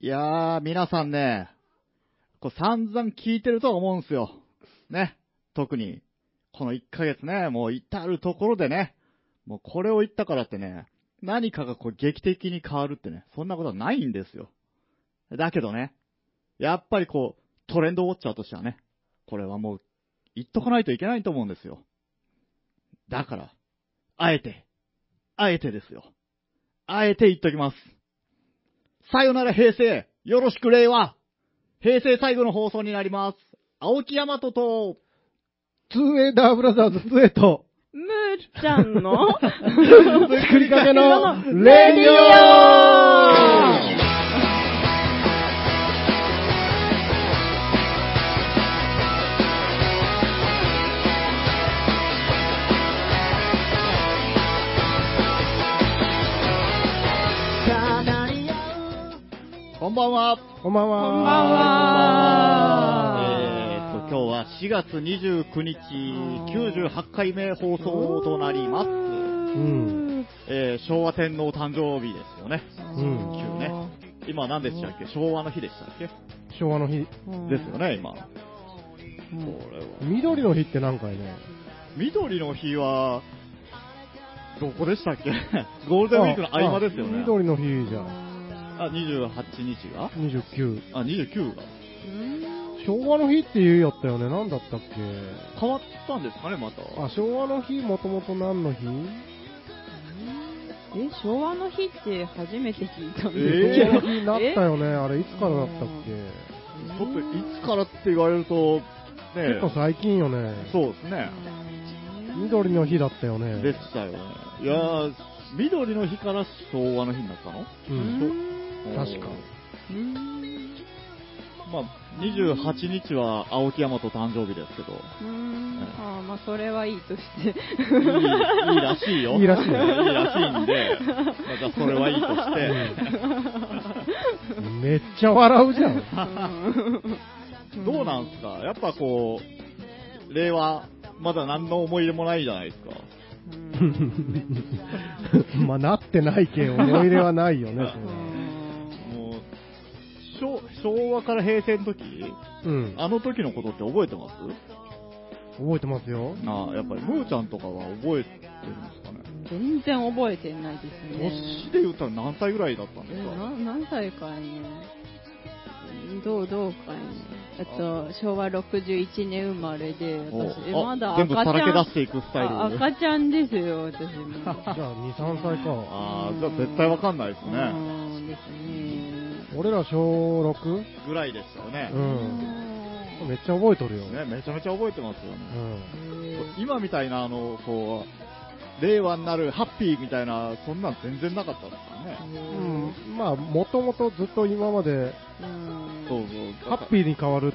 いやー、皆さんね、こう散々聞いてると思うんすよ。ね。特に、この1ヶ月ね、もう至るところでね、もうこれを言ったからってね、何かがこう劇的に変わるってね、そんなことはないんですよ。だけどね、やっぱりこう、トレンドウォッチャーとしてはね、これはもう、言っとかないといけないと思うんですよ。だから、あえて、あえてですよ。あえて言っときます。さよなら平成、よろしく令和。平成最後の放送になります。青木山とと、ツーエイダーブラザーズ2へと、 むーちゃんの作りかけのレレデディィオオこんばんは。こんばんは。こんばんはえーっと、今日は4月29日、98回目放送となります。んえー、昭和天皇誕生日ですよね。うん急ね今何でしたっけ昭和の日でしたっけ昭和の日、ですよね、今。こうんれは。緑の日って何回ね。緑の日は、どこでした っけゴールデンウィークの合間ですよああね。緑の日じゃん。あ、28日が29。あ、29が。昭和の日って言うやったよね。何だったっけ変わったんですかね、また。あ、昭和の日、もともと何の日え、昭和の日って初めて聞いたんですけ昭和のど日になったよね。あれ、いつからだったっえけちょっと、いつからって言われると、ね結構最近よね。そうですね。緑の日だったよね。でしたよね。いやー、緑の日から昭和の日になったのうんそ確かうんまあ、28日は青木山と誕生日ですけ ど。うんあーまあそれはいいとしていい、いいらしいよ。いいらしい いよらしいんで、まあじゃあそれはいいと して、めっちゃ笑うじ ゃん。どうなんすかやっぱこう、令和、まだ何の思い入れもないじゃないですか。うんまあ、なってないけん、思い入れはないよね。もう、昭昭和から平成の時、うん。あの時のことって覚えてます覚えてますよ。ああ、やっぱりムーちゃんとかは覚えてるんですかね。全然覚えてないですね年で言ったら何歳ぐらいだったんでえすなか何歳かいねどうどうかいねえっと昭和61年生まれでお私うえあまだ全部赤さちらけゃ出んしていくスタイルあ赤ちゃんですよ私 もじゃあ、2、3歳か。ああ、じゃあ絶対わかんないですうね。んですね俺ら小 6? ぐらいでしたよねう。ん。めっちゃ覚えとるよ。ね、めちゃめちゃ覚えてますよね。うん。今みたいな、あの、こう、令和になるハッピーみたいな、そんなん全然なかったですからね。うんまあ、もともとずっと今まで、うんそうそう。ハッピーに変わる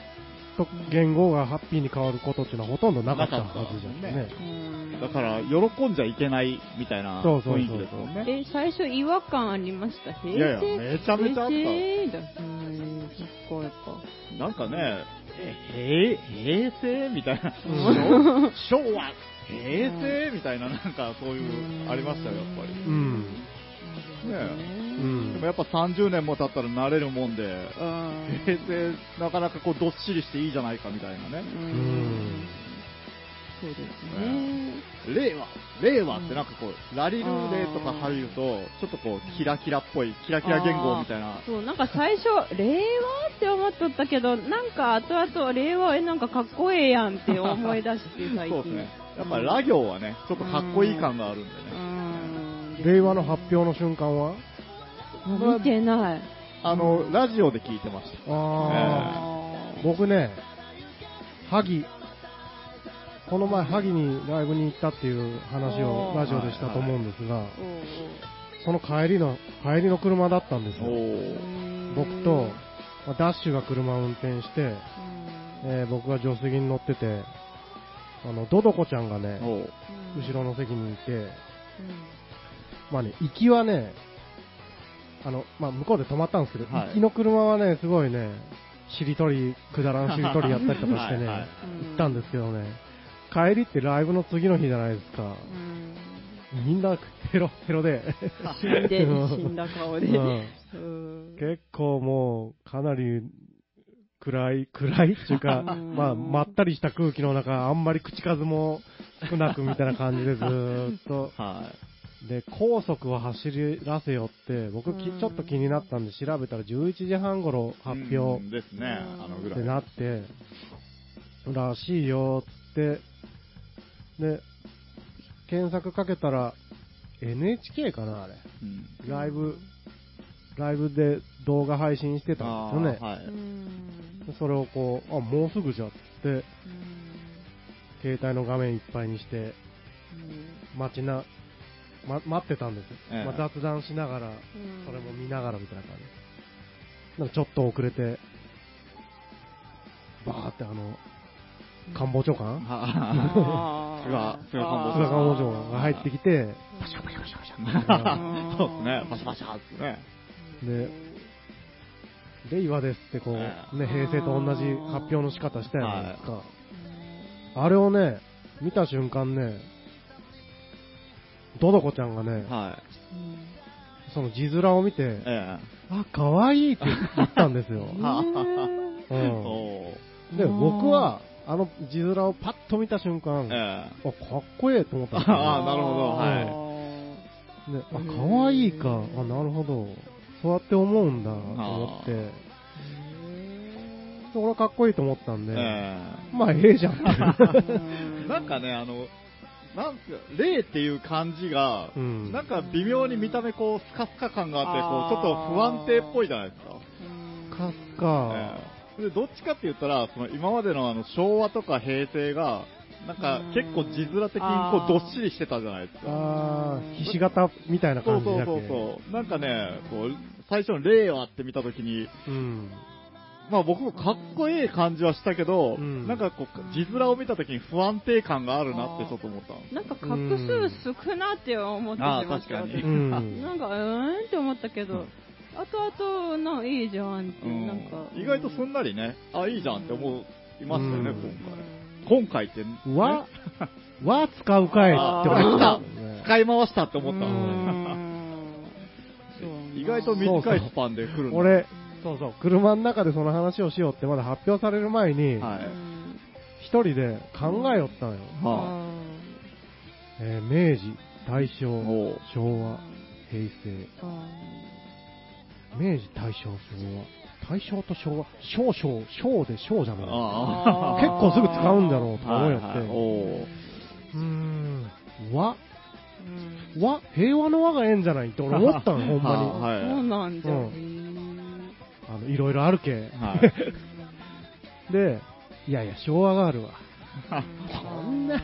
と、言語がハッピーに変わることっていうのはほとんどなかったはずじゃんなかねっ。うんだから、喜んじゃいけないみたいなそうそうそう雰囲気ですもんね。え最初違和感ありましたいや平いや、め成ちゃめちゃあっ平成だうんそっかやっぱた。なんかね、え、へ平成みたいな。う昭和平成みたいな、なんかそういう、ありましたよ、やっぱり。うん。ねうでんも。やっぱ30年も経ったら慣れるもんで、うん平成、なかなかこう、どっしりしていいじゃないかみたいなね。うんそうですね。令和、令和ってなんかこう、ラリルレとか入ると、ちょっとこう、キラキラっぽい、キラキラ言語みたいな。そう、なんか最初、令和って思っとったけど、なんか後々、令和、え、なんかかっこええやんって思い出して、最そ近。うですね。やっぱりラ行はね、ちょっとかっこいい感があるんでね。うん。令和の発表の瞬間はあ見てない。あの、ラジオで聞いてました。あー、僕ね、萩、この前萩にライブに行ったっていう話をおーラジオでしたと思うんですが、おうその帰りの、帰りの車だったんですおよ。おう。ー。僕と、まあダッシュが車を運転して、えー僕が助手席に乗ってて、あの、ドドコちゃんがね、おー後ろの席にいて、まあね、行きはね、あの、まあ、向こうで止まったんですけど、はい行きの車はね、すごいね、しりとり、くだらんしりとりやったりとかしてね、 はいはい行ったんですすけどね、帰りってライブの次の日じゃないですか。うんみんなヘロヘロで、 死んで、うん死んだ顔うで。んうん結構もう、かなり暗い、暗いっていうか、うんまあ、まったりした空気の中、あんまり口数も少なくみたいな感じでずーっ と。はで、高速を走らせよって、僕き、うんちょっと気になったんで調べたら11時半頃い。発う表んですね、あのぐっらい。てなって、らしいよって、で、検索かけたら、NHK かな、あれ。うんライブ、ライブで動画配信してたあんですよね。ーはい。うんそれをこう、あ、もうすぐじゃって、携帯の画面いっぱいにして、待ちな、ま、待ってたんですよ。ええまあ、雑談しながら、うんそれも見ながらみたいな感じ。なんかちょっと遅れて、バーってあの、官房長官 はあー菅菅官房菅官房長官が入ってきて、パシャパシャパシャパシあそうですね、パシャパシャっすね。で令和 ですってこう、ねえ、え平成と同じ発表の仕方したじゃないですか。ャあれをね、見た瞬間ね、どどこちゃんがね、はい。その字面を見て、えあ、可愛いって言ったん ですよ。はうえ。んおーで、僕は、あの字面をパッと見た瞬間、あ、えかっこいいと思ったんですあーなるほどはいよで。あ、可愛いか。あ、なるほど。そうやって思うんだ、と思って。で俺はかっこいいと思ったんえ。で、えまあ、ええじゃ んって。え。なんかね、あの、なんすか、霊っていう感じがう、ん。なんか微妙に見た目こう、スカスカ感があって、こう、ちょっと不安定っぽいじゃないですか。かすか。ええでどっちかって言ったら、その今までのあの昭和とか平成が、なんかうん結構字面的にこうどっしりしてたじゃないですか。あー、ひし形みたいなそう感じそうだっけそうそう。なんかね、こう、最初の令和って見たときに、うん。まあ僕もかっこいい感じはしたけど、うんなんかこう、字面を見たときに不安定感があるなってちょっと思ったのなんか画数少なって思ってしまった。あー確かにうんなんか、うーんって思ったけど、あとあと、な、いいじゃんって、うんなんか。意外とすんなりね、あ、いいじゃんって思いましたよね、うん今回。今回ってね、わ、 わ使うかいって思ったあ。使い回したって思ったのね。意外と短いスパンで来るんだ俺、そうそう、車の中でその話をしようってまだ発表される前に、はい一人で考えよったのよ。はえー明治、大正おう、昭和、平成。明治、大正、昭和。大正と昭和、少々、少で少じゃねえああな結構すぐ使うんだろうとあは思ういよっはいて。おううーん、和、和、平和の和がええんじゃないって俺思っ たの、ほんまに。はいそうなんだ。うんあの、いろいろあるけ。はいで、いやいや、昭和があるわ。そんな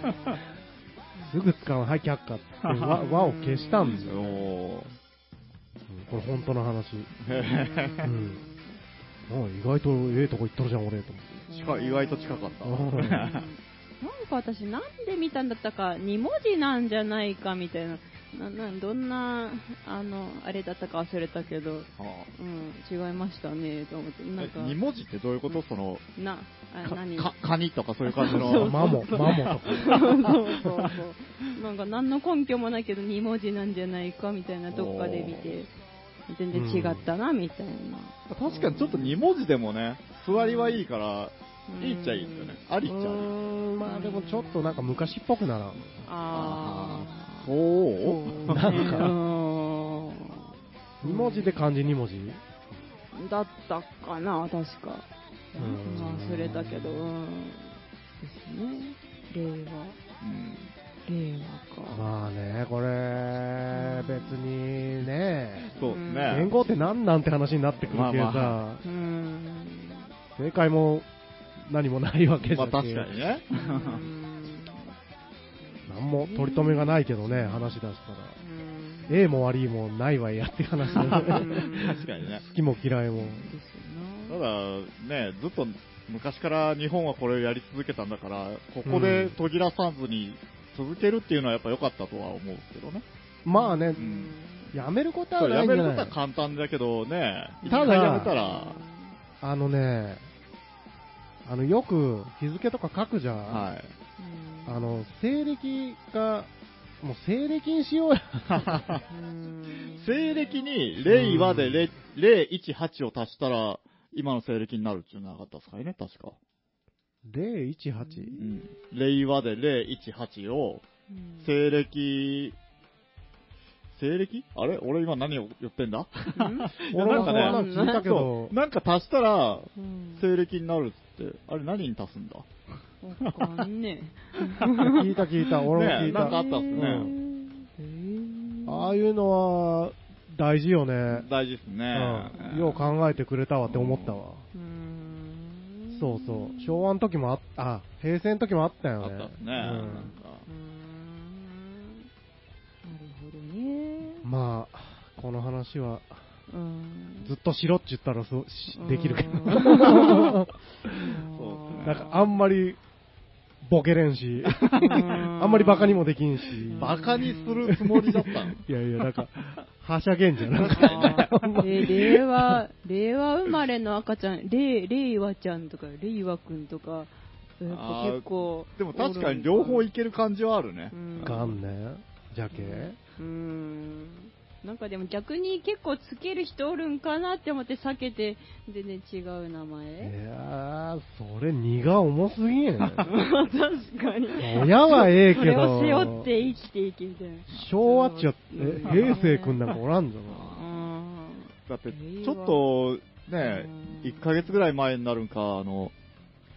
すぐ使うの、はい、却下って、和和を消したんですよ。おーうんこれ本当の話。へへうん。あ意外とええとこ行っとるじゃん、俺、と思って。近い意外と近かっうた。んなんか私、なんで見たんだったか、2文字なんじゃないかみたいな、ななどんな、あの、あれだったか忘れたけど、うん、違いましたね、と思って、なんか、 2文字ってどういうことその、な、あか何そうかカニとかそういう感じそうその。うマモ、マモとか。 そうそう。なんか、何の根拠もないけど、2文字なんじゃないかみたいな、どっかで見て、全然違ったな、みたい な。確かにちょっと2文字でもね、座りはいいから、いいっちゃいいですよね。ありっちゃあり。うん、まあでもちょっとなんか昔っぽくならん。あー。おそーうねなんかう2ん文字で漢字2文字んだったかな、確か。うん忘れたけど、うん。ですね。令和。うん令和か。まあね、これ、別にね、そうです言ね。語って何なんて話になってくるけどさ、うん。正解も何もないわけじゃまあ確けかにね。何も取り留めがないけどね、話し出したら。うんええも悪いもないわいやって話うだ ね。ん確かにね。好きも嫌いも。ですたよだね、ね、ずっと昔から日本はこれをやり続けたんだから、ここで途切らさずに続けるっていうのはやっぱ良かったとは思うんですけどね。まあね、んやめることそはうなやいんめじるこゃとなはい簡単だけどね、一ただ回やめたら、あのね、あの、よく日付とか書くじゃん。はい。うんあの、西暦が、もう西暦にしよう よ。西暦に令和でれ018を足したら、今の西暦になるっていうのはなかったですかね、確か。 018? うん。令和で018を、西暦、西暦あれ俺今何を言ってんだいや俺なんかもそねんなの聞いたけそどう。、なんか足したら、うん西暦になるっつって、あれ何に足すんだわかんね聞いた聞 いた、俺も聞ねいなんかあた。ったっすえ。うね。んへーああいうのは大事よね。大事っすねう。んよう考えてくれたわって思ったわ。うーんそうそう。昭和の時もあった、あ、平成の時もあったあよっね。たっすね。なんかうーんなるほどね。うんまあ、この話はうんずっとしろって言ったらそうしできるけど。うんそうっすねなんかあんまりボケれんし、ああんまりバカにもできんし。バカにするつもりだった の。いやいや、なんか、はしゃげんじゃんなんか。あー え令和、令和生まれの赤ちゃん、令、令和ちゃんとか、令和くんとか、やっぱ結構。でも確かに両方いける感じはあるねう。ん元年じゃけうーん。なんかでも逆に結構つける人おるんかなって思って避けて、全然違う名い前。やー、それ荷が重すぎ ん。確かに。親はええそけれを背負どっ、て生きていけみたいな。昭和っちゃって、うん平成くんなんかおらんぞうーん。だって、ちょっと、ね、うん1ヶ月ぐらい前になるんか、あの、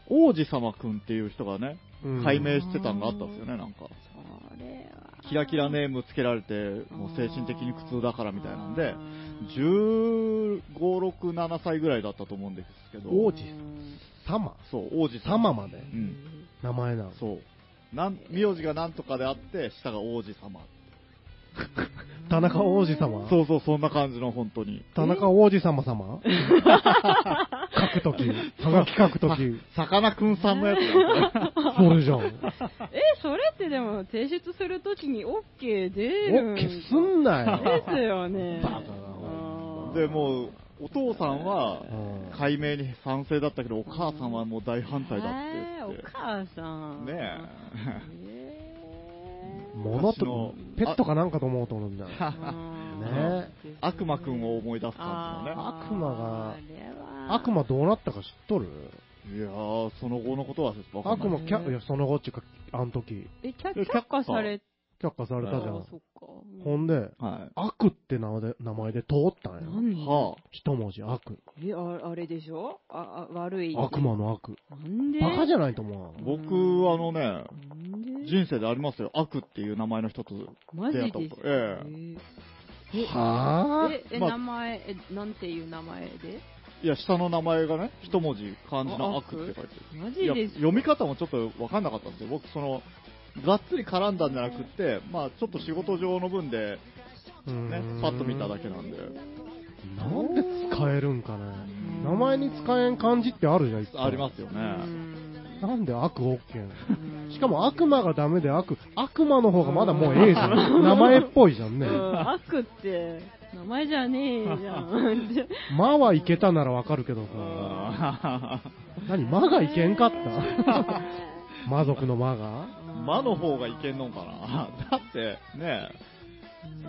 王子様くんっていう人がね、な。解明してたのがあったんですよね、なんか。それは。キラキラネームつけられて、もう精神的に苦痛だからみたいなんであ、ー、 15、6、7歳ぐらいだったと思うんですけど、王子様そう、王子様様。までうん。名前なの。そう。なん、名字がなんとかであって、下が王子様。田中王子様そうそう、そんな感じの本当に。田中王子 様様書くとき、はがき書くとき、さかなクンさんのやつだねそれじゃん。え、それってでも提出するときに OK 出オるッんケーすんなよ。ですよね。バカだなあーで、もう、お父さんはうん、解明に賛成だったけど、お母さんはもう大反対だえーっおて母さん。言って。ねえー物私のと、ペットかなんかと思うと思うんだよ。え。ねえ 悪魔くんを思い出す感じのね。あー悪魔があれは悪魔どうなったか知っとるいやー、その後のことはわかんな悪い魔、キャ、いや、その後っちゅうか、あの時、え、却え却却下下され却下されたたじゃんあ。そっか。ほんで、は悪って名前で、名前で通ったんよ。い。何は一文字悪。え、ああれでしょあ、あ悪い。悪。魔の悪。なんでバカじゃないと思うあ。。僕、あのね、なんで人生でありますよ。悪っていう名前の一つ。マジで出会ったことええはぁえ、え、まあ名前、え、なんていう名前でいや、下の名前がね、一文字、漢字のあ悪って書いてる。マジいやです読み方もちょっと分かんなかったんですよ、僕、そのがっつり絡んだんじゃなくって、まあ、ちょっと仕事上の分で、ね、パッと見ただけなんで、なんで使えるんかね。名前に使えん漢字ってあるじゃん、いっぱいありますよね、なんで悪 OK なのしかも悪魔がダメで悪、悪魔の方がまだもうええじゃん。名前っぽいじゃんねう。ん悪って、名前じゃねえじゃん。 で魔はいけたならわかるけどさ。あ何魔がいけんかった 魔族の魔がー魔の方がいけんのかな、だってね、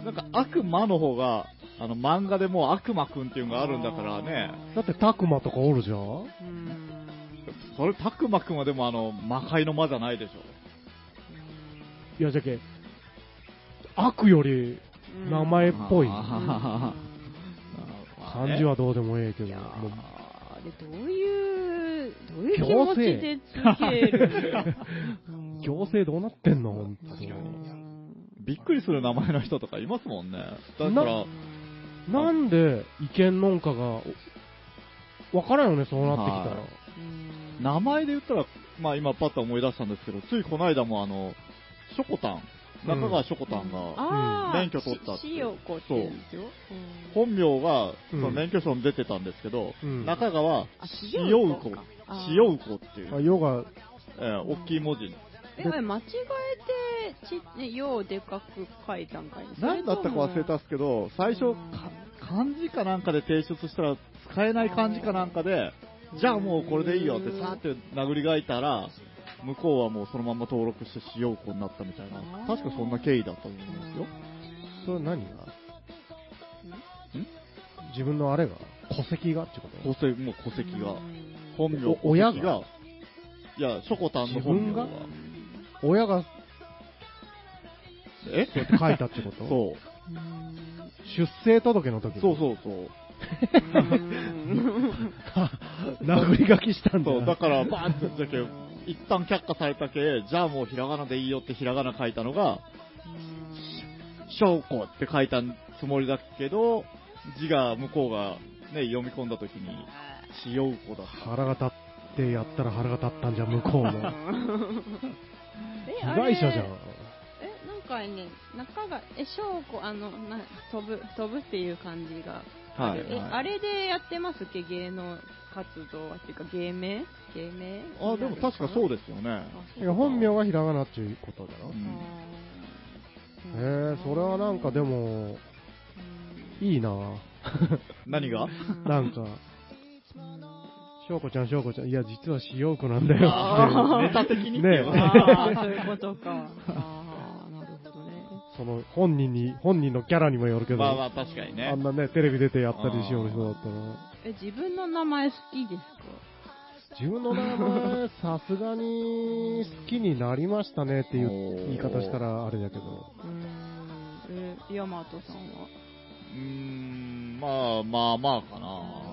なんか悪魔の方が、あの漫画でもう悪魔くんっていうのがあるんだからね、だってタクマとかおるじゃんうんそれ、たくまくんはでも、あの魔界の魔じゃないでしょ。いやじゃけ悪より名前っぽいあー漢字はどうでもええけいどやーもうあれどういう、どういう気持ちでつけるの行政どうなってんの本びっくりする名前の人とかいますもんね。だかなら、当なんでいけんのんかがおわからんよねそうなってきたらは名前で言ったら、まあ今パッと思い出したんですけど、ついこの間もあの、ショコタン、中川ショコタンが、あー免許取ったってししおこって言うんですよ。うん本名が、そのうん免許証に出てたんですけど、うん中川あ、ししおうこかあ、ーしおうこっていあう、世がえー大きい文字。え、あれ間違えて、ち、ね、ようでかく書いたんかい何だったか忘れたんっですけど、最初、か漢字かなんかで提出したら、使えない漢字かなんかで、じゃあもうこれでいいよってさーって殴りがいたら、向こうはもうそのまま登録して使用庫になったみたいな、確かそんな経緯だったと思いますよ。それ何が自分のあれが戸籍がってこと戸籍、もう戸籍がう。ん本名、お親が戸籍いや、しょこたんの本名が。自親がえそうやって書いたってことそう。うん出生届の時そう う。そうそう。うん殴り書きしたんだ。そう、だから、バーンって言ったけど、一旦却下されたけ、じゃあもうひらがなでいいよってひらがな書いたのが、証拠って書いたつもりだけど、字が向こうがね、読み込んだ時に、しようこだった。腹が立ってやったら腹が立ったんじゃん、向こうも。え被 あ害れ者じゃん。えなんかね中がえ翔子あのな飛ぶ飛ぶっていう感じがはえ、い。あれでやってますっけ芸能活動はっていうか芸名芸名あ、でも確かそうですよね。いや本名はがひらがなっていうことだろう。んへえ、それはなんかでも、いいなぁ何がなんか、しょうこちゃん、しょうこちゃん、いや、実はしようこなんだよっ ネタ的にねえっていうああそういうこと かああなるほどねて、 その、本人に、本人のキャラにもよるけ ど、まあまあ確かにねあん。なね、テレビ出てやったりしよう人だったら、え自分の名前好きです自分の名前、さすがに好きになりましたねっていう言い方したらあれだけど、かうーんえヤマトさんはうーん、まあまあまあかな。あ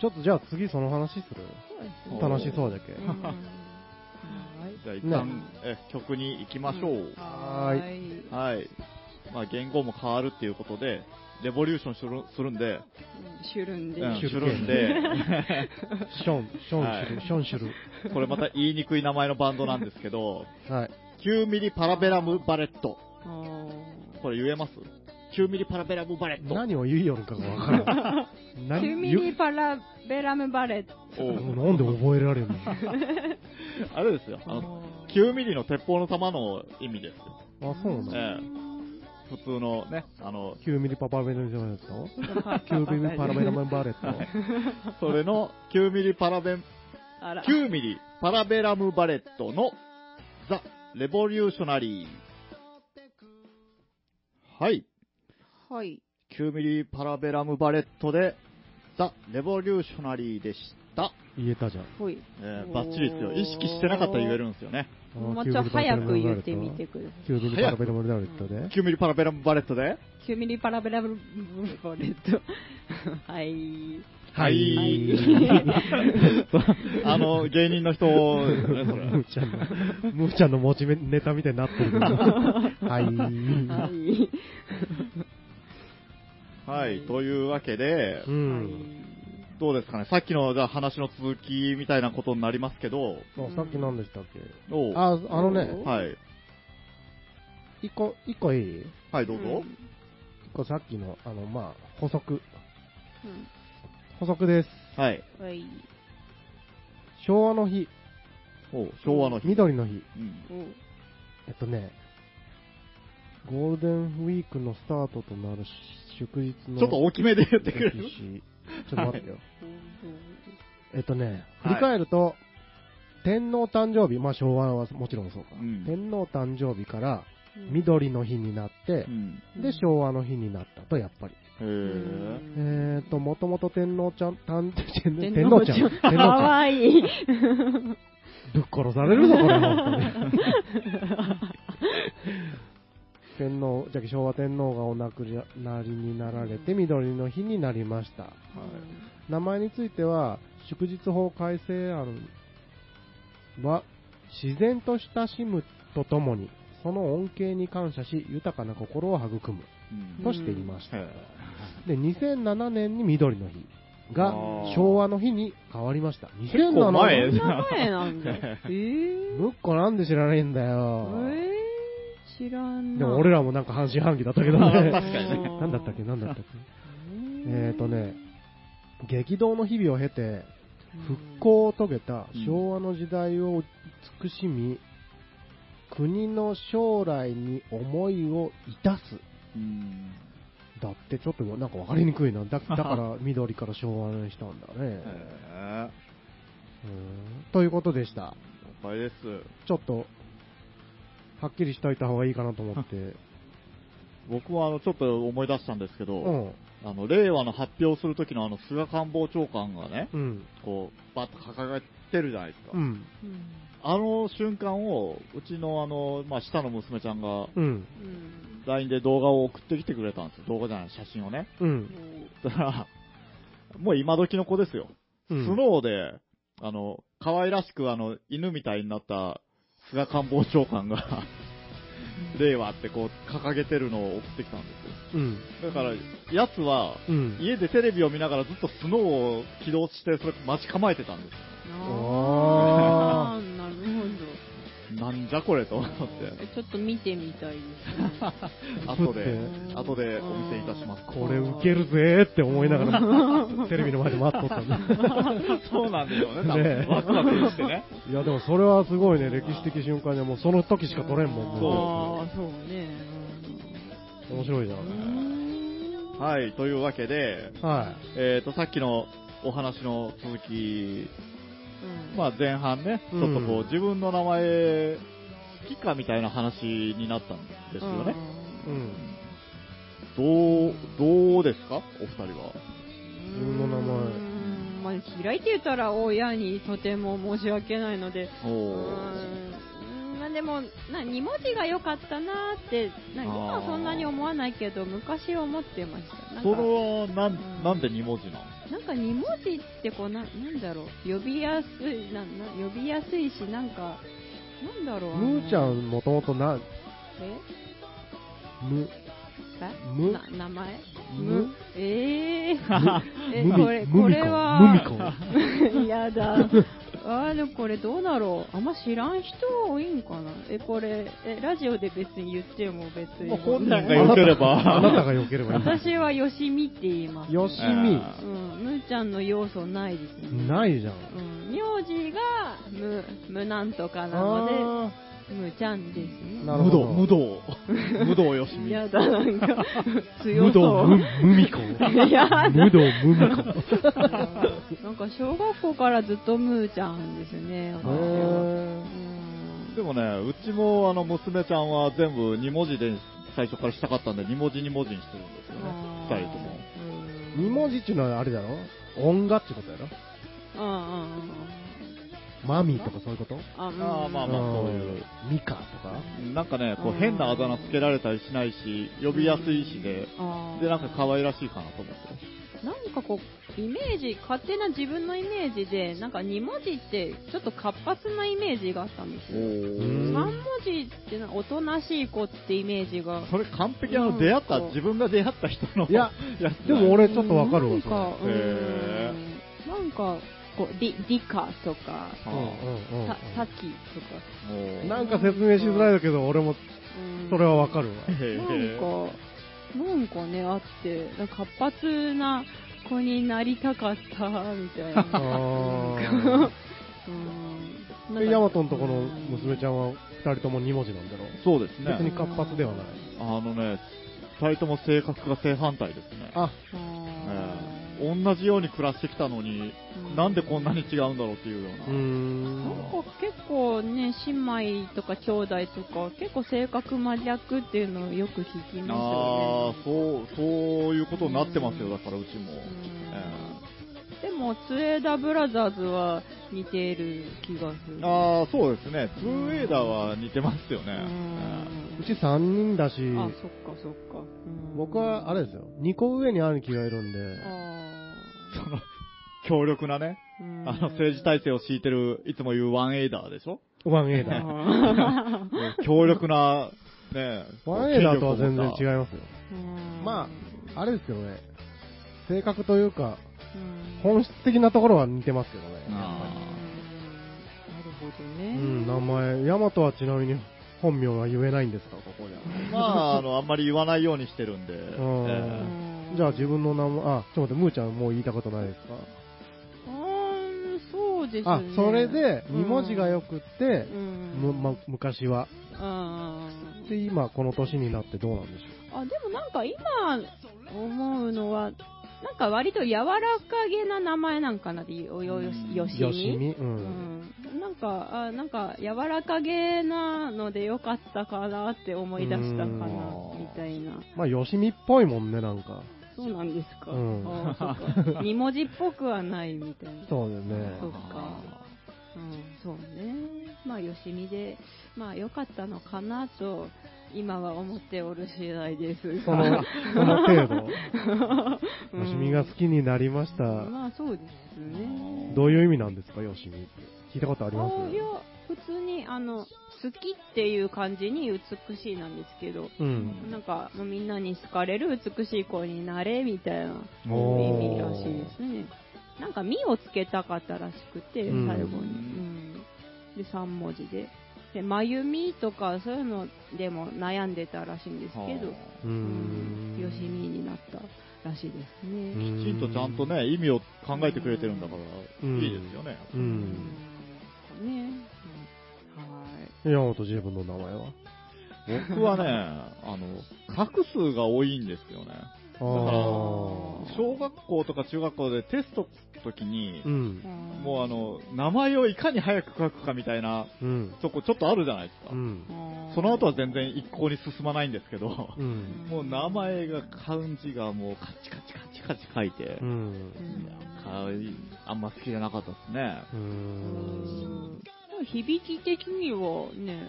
ちょっとじゃあ次その話するあそうですおねー楽しそうだけ。 うんはじゃあ一旦、え曲に行きましょう。はーいはーいはい。まあ、言語も変わるっていうことで、レボリューションするするんで、シュルンでうん、すシュルるんで、ション、ションシュはル、いションシュこれまた言いにくい名前のバンドなんですけど、ル。はい。 9ミリパラベラムバレット。あーこれ言えます ?9 ミリパラベラムバレット。何を言いよるかがわから ない。何キュミニパラベラムバレットおうなんで覚え られるのあれですよ。あの、9ミリの鉄砲の弾の意味ですよ。あ、そうなのええ普通のね、あの、 ?9 ミリパパベルじゃないですか ?9 ミリパラベラメンバレット。それの9ミリパラベン、あら9ミリパラベラムバレットのザ・レボリューショナリー。はい。はい9ミリパラベラムバレットで、ザ・レボリューショナリーでした。言えたじゃん。ほいえおー、ーバッチリですよ。意識してなかったら言えるんですよね。もうちょっと早く言ってみてくださ9ミリパラベラメンバレットで。 9ミリパラベラムバレットで、いキュミニパラベラムバレットはいははい あの、芸人の人、ね、そむれ。ーちゃんの、むーちゃんの持ちネタみたいになって るけど。ははいはい、というわけでい。う、ん。どうですかね。さっきのじゃあ話の続きみたいなことになりますけど、あさっき何でしたっけおうあ、あのね、はい。一個、一個いいはい、どうぞ。一個さっきの、あの、まあ、補足。補足です。はい。うんはい昭和の日、おう昭和の日。緑の日。うん。おえっとね、ゴールデンウィークのスタートとなる祝日のちょっと大きめで言ってくれ歴る史ちょっと待ってよ。おえっとね、振はいり返ると、天皇誕生日、まあ昭和はもちろんそうか、うん天皇誕生日からうん緑の日になってう、ん。うでん昭和の日になったと、やっぱり。へえ。えっと、もともと天皇ちゃん、誕天天皇皇ちちゃゃん、ん天皇ちかゃん、わいいぶっ殺されるぞ、これ、本当に 天皇、じゃあ昭和天皇がお亡くなりになられて、緑の日になりました。名前については、祝日法改正案は、自然と親しむとともに、その恩恵に感謝し、豊かな心を育むうんとしていました。へえで、2007年に緑の日があー昭和の日に変わりました。結構前そ2007ん年。な前なんだえーむっこなんで知らないんだえよ。ー知らんなでも俺らもなんか半信半疑だったけど確ね。かにね。 なんだったっけなんだったっけええーとね、激動の日々を経て、復興興を遂げた昭和の時代を慈しみ、国の将来に思いをいたす。うん。だってちょっとなんかわかりにくいな。だだから緑から昭和にしたんだね。へうんということでした。ぱりです。ちょっと、はっきりしといた方がいいかなと思って。僕もあの、ちょっと思い出したんですけど、 うん。あの、令和の発表するときのあの、菅官房長官がね、うん。こう、バッと掲げてるじゃないですか。うん。うんあの瞬間を、うちのあの、まあ、下の娘ちゃんが、うん。うん。 LINE で動画を送ってきてくれたんですよ。動画じゃない、写真をね。 うん。だから、もう今時の子ですよ。うんスノーで、あの、可愛らしくあの、犬みたいになった菅官房長官が、 令和ってこう、掲げてるのを送ってきたんですうん。よ。だから、奴は、うん。家でテレビを見ながらずっとスノーを起動して、それ待ち構えてたんですああ、なるほよ。なんじゃこれと 思っど。て。えちょっと見てみたいですね。 後でう、後でお見せいたします。これウケるぜーって思いながら、 テレビの前で待っとったんだ。 そうなんでしょうね、多分。ねえワクワクしてね。いや、でもそれはすごいね、歴史的瞬間でもうその時しか撮れんもんあね。あ、そうね。面白いじゃ。う んんはい、というわけで、はえっ、と、さっきのお話の続き、まあ前半ね、ちうんょっとこう、自分の名前、好きかみたいな話になったんですよね。。い。うん。どう、どうですかお二人は。自分の名前まあ、開いて言ったら親にとても申し訳ないので、おうーーんまあでも、な2文字が良かったなーって、な今はそんなに思わないけど、昔は思ってました。なんそれかは、なん、なんで二文字なのなんか2文字ってこうな、なんだろう、呼びやすい、なな呼びやすいし、なんか、なんだろう、むーちゃんもともとな、えむ、えむな名前むえー、 えむみこれ、むこみれか、むは、みか。やだ。あーでもこれどうだろう。あんま知らん人多いんかな。え、これ、え、ラジオで別に言っても別に。もう本人が良けれ あなば。たが良ければいい。私はよしみって言います。よしうあん、むーちゃんの要素ないですね。み、ないじゃん。うん、名字がむ、むなんとかなのあで、むちゃんですー、ね。なる無ほど道、。無道。無道よしみ。やだ、なんか、強無そ道う。む、むみこ。い やだ無道むみこ。 なんか小学校からずっとむーちゃんですね、私は。へうんでもね、うちもあの娘ちゃんは全部2文字で最初からしたかったんで、2文字2文字にしてるんですよね、あー2人とも。うんー二文字っていうのはあれだろ音楽ってことやろうんうんうんマミーとかそういうことあうんあーまあまあそういううん。ミカ とかなんかね、こううん変なあだ名つけられたりしないし、呼びやすいしで、あーで、なんか可愛らしいかなと思って。なんかこうイメージ勝手な自分のイメージでなんか2文字ってちょっと活発なイメージがあったんですようん3文字ってなおとなしい子ってイメージがそれ完璧あの、出会った、自分が出会った人の。いや、やつでも俺、俺ちょっとわかるなわ、んそかれ。うへんなんかこうリリカとかあうんうんうんささきとかもう、なんか説明しづらいだけど、俺もうんそれはわ かるわ。へなんーか、なんかね、あって、なんか活発な子になりたかった、みたいな。 うあんーで、ヤマトのとこの娘ちゃんんは二人とも二文字なんだろ そうです別にね。活発ではない。あのね、二人とも性格が正反対ですね。あ、えー同じように暮らしてきたのに、なんでこんなに違うんだろうっていうようーうな。ん。なんか結構ね、姉妹とか兄弟とか、結構性格真逆っていうのをよく聞きますあよあね、。そう、そういうことになってますよ、だからうちも。うんでも、ツエダブラザーズは似ている気がする。ああ、そうですね。ツーウェイダーは似てますよね。えうんうち三人だし、あ、そっかそっか。うん僕はあれですよ、二個上に兄貴がいるんで、あえその、強力なね、ーうんあの政治体制を敷いてる、いつも言うワンエイダーでし ょワンエイダー。 あー強力な、ねえワンエイダーとは全然違い権力を持っますよ。うんまあれですけどね、性格というか、うん本質的なところは似てますけどね。うんうんなるほどうね。ん、名前、ヤマトはちなみに本名は言えないんですか、ここじゃ。た。まあ、あの、あんまり言わないようにしてる んで。んうえんじゃあ自分の名前、あ、ちょっと待って、ムーちゃんもう言いたことないですかうんそうですね。あ、それで、うん2文字がよくってう、んむま、昔は。うんで、今、この年になってどうなんでしあでもなんか今思うのはなんか割と柔らかげな名前なんかなって、よ、よ、よし、よしよしみ、う。うんん。なんか、あなんか柔らかげなのでよかったかなって思い出したかなうん、みたいな。まあ、よしみっぽいもんね、なんか。そうなんですか。うんあーそっか二文字っぽくはないみたいな。そうだよねそ。うかうん、そうね。まあ、よしみで、まあ、良かったのかなと、今は思っておる次第です。その、その程度。よ うんしみが好きになりました。まあ、そうですね。どういう意味なんですか、よしみって。聞いたことありますあいや、普通に、あの、好きっていう感じに美しいなんですけど、うん。なんか、もうみんなに好かれる美しい子になれ、みたいな。意お味らしいですね。なんか、みをつけたかったらしくて、最後うんに。うんで、3文字で。で、まゆみとか、そういうのでも悩んでたらしいんですけど、うーうんん。よしみになったらしいですね。うきちんとちゃんとね、意味を考えてくれてるんだから、うんいいですよね。う。うんね。うんはい。山本自分の名前は僕はね、あの、画数が多いんですよね。あー小学校とか中学校でテストの時にう、ん。もうあの、名前をいかに早く書くかみたいなうん。とこちょっとあるじゃないですかう。ん。あーその後は全然一向に進まないんですけど、うん。もう名前が、漢字がもうカチカチカチカチ書いて、ういん。やかわいいあんま好きじゃなかったですね。うー。うんん響き的にはね、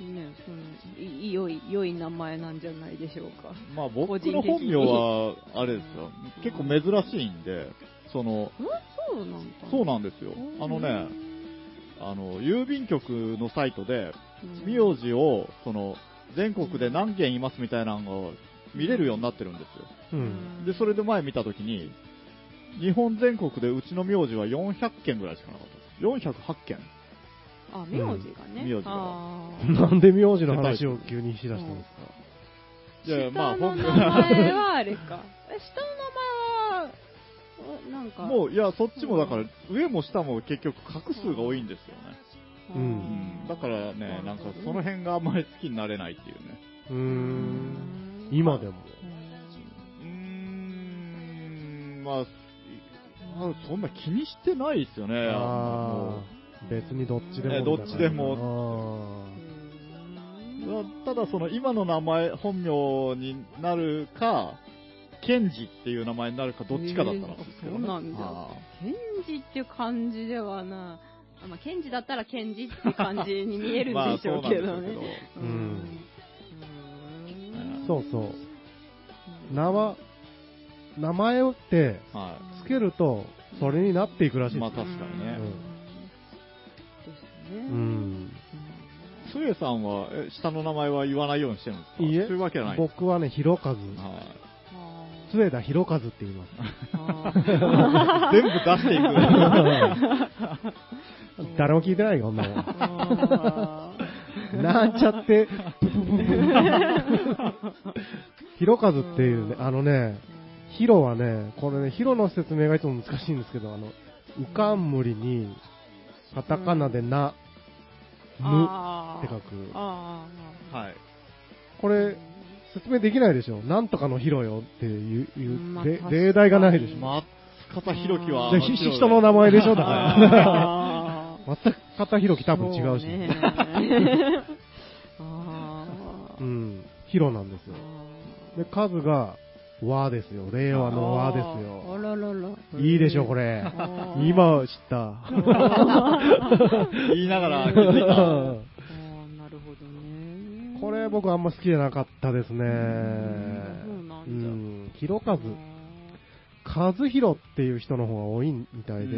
ね、そのい良い、良い名前なんじゃないでしょうか。まあ僕個人的のに本名は、あれですよ、結構珍しいんで、その、えそうなんかそうなんですよ。あのね、あの、郵便局のサイトで、名字を、その、全国で何件いますみたいなのが見れるようになってるんですよ。うん。で、それで前見たときに、日本全国でうちの名字は400件ぐらいしかなかったです。408件。あ、名字がね。うん名字があ ーなんで名字の話を急にしだしたんですかいやいやまあ下の本名名前はあれか。え下の名前は、おなんか。もう、いや、そっちもだから、上も下も結局画数が多いんですよね。ううんん。だからね、なんかその辺があんまり好きになれないっていうね。うー。うんん今でも。うーん、まあ、まあそんな気にしてないですよね。あもうー別にどっちねでもみたいな。どっちでもあー。まあただその今の名前、本名になるか、ケンジっていう名前になるかどっちかだったらしいですけど、えーそうなんだあケンジっていう感じではな、あまあ、ケンジだったらケンジっていう感じに見えーるんまあでそしうなょうんでけすどね。けうんうんそうそう。名は、名前をって、ど、はつけると、それになっていくらしいまあです確かにねうんですね。うん。い。つえさんは、え下の名前は言わないようにしてるんですかいいえそういうわけじゃない。僕はね、ひろかず。はあー杖田ひろかずって言います。あーい、全部出していく。誰も聞いてないよ、女あは。なんちゃって、ひろかずっていうね、あのね、ヒロはね、これね、ヒロの説明がいつも難しいんですけど、あの、うかんむりに、カタカナでな、ーむあっーて書く。あーはい。これ、説明できないでしょ。なんとかのヒロよっていう、いうまあで確かに例題がないでしょ。じ松方弘樹は、 ゃあ、ひ人の名前でしょ、だ から。あー。松方弘樹多分違うし。そ ねあうーん。ヒロなんですよ。で、数が、和ですよ。令和の和ですあよ。ららら。いいでしょ、これ。あー今 知った。言いながら気づいた。あーなるほどね。これ僕あんま好きじゃなかったですね。ううんそうなんだん。ヒロカズ。カズヒロっていう人の方が多いみたいで、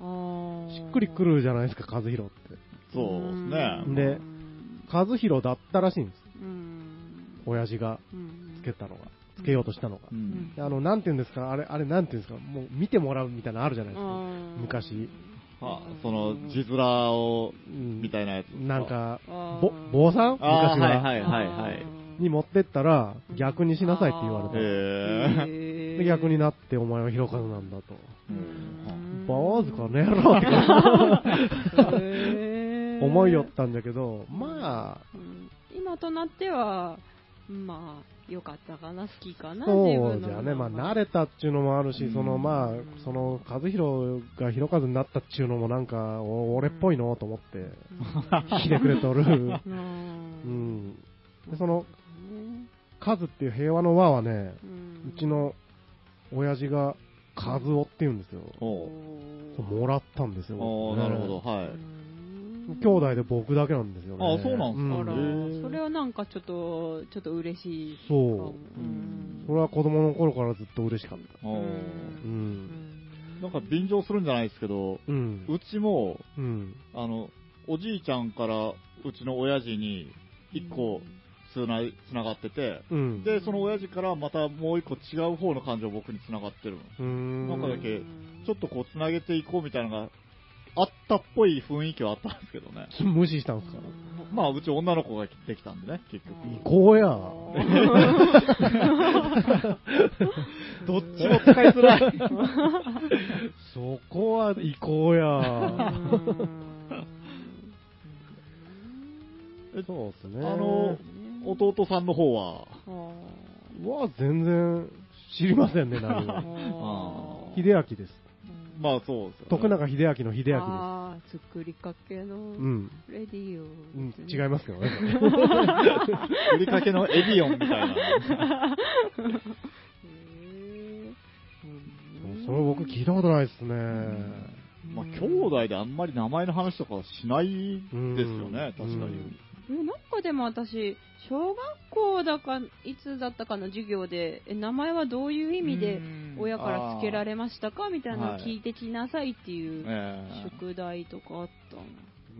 あしっくりくる。るじゃないですか、カズヒロって。そうですね。んでカズヒロだったらしいんです。うん、親父がうんつけたのが。つけようとしたのがう。んであの、なんて言うんですか、あれ、あれなんて言うんですか、もう見てもらうみたいなのあるじゃないですか。昔。あその、字面を、うんみたいなやつ。なん、か、あーぼ、坊さん昔ああ、は。はいはいはいはい。に持ってったら、逆にしなさいって言わへれえ。て。で、逆になって、お前は広和なんだと。うん坊主この野郎って へ ー思いよったんだけど、まあ、うん今となっては、まあ、良かったかな、好きかな、そう自じ分ゃのね、まあ、慣れたっていうのもあるし、その、まあうん、その、和弘が弘和になったっていうのもなんか、お俺っぽいのと思って、来てくれ とる。う。うんん。で、その、ね和っていう平和の和はね、うんうちの親父が和夫って言うんですよ。おうもらったんですよ。おう僕なねるほど、。はい。兄弟で僕だけなんですよね。あそうなんあすらか、へーそれはなんかちょっと、ちょっと嬉しい。そうかもうんそれは子供の頃からずっと嬉しかった。おううう。んんなんか便乗するんじゃないですけど、うん。うちも、うん。あの、おじいちゃんからうちの親父に一個つなつながってて、うん。で、その親父からまたもう一個違う方の感情僕につながってるの。うーん。なんかだけうんちょっとこうつなげていこうみたいなのがあったっぽい雰囲気はあったんですけどね。無視したんですかうんまあ、うち女の子ができたんでね、結局。行こうや。 どっちも使いづら い。そこは行こ うや。そうですね。あの、弟さんの方は、は全然知りませんね、何も。秀明です。まあそう ですよね、徳永秀明の秀明です。あー作りかけうのん。レディオ、うん違いますけどね。売りかけのエディオンみたいな。へーうんそれ僕聞いたことないですね。まあ、兄弟であんまり名前の話とかはしないですよね、う確んかに。えなんかでも私小学校だかいつだったかの授業でえ名前はどういう意味で親から付けられましたかみたいなのを聞いてきなさいっていうええ宿題とかあったの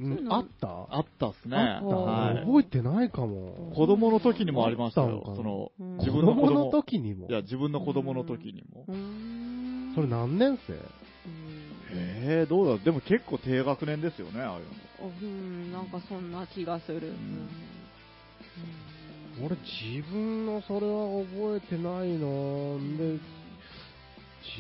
うそんういうのあったああったっすね。った、はい覚えてないかも。子供の時にもありましたあっよたのか。なそのうん、自分の子子供供の。時にもい。や、自分の子供の時にも。うんそれ何年生うんええ、どうだでも結構低学年ですよね、ああいうの。うんなんかそんな気がする、うん俺自分のそれは覚えてないので、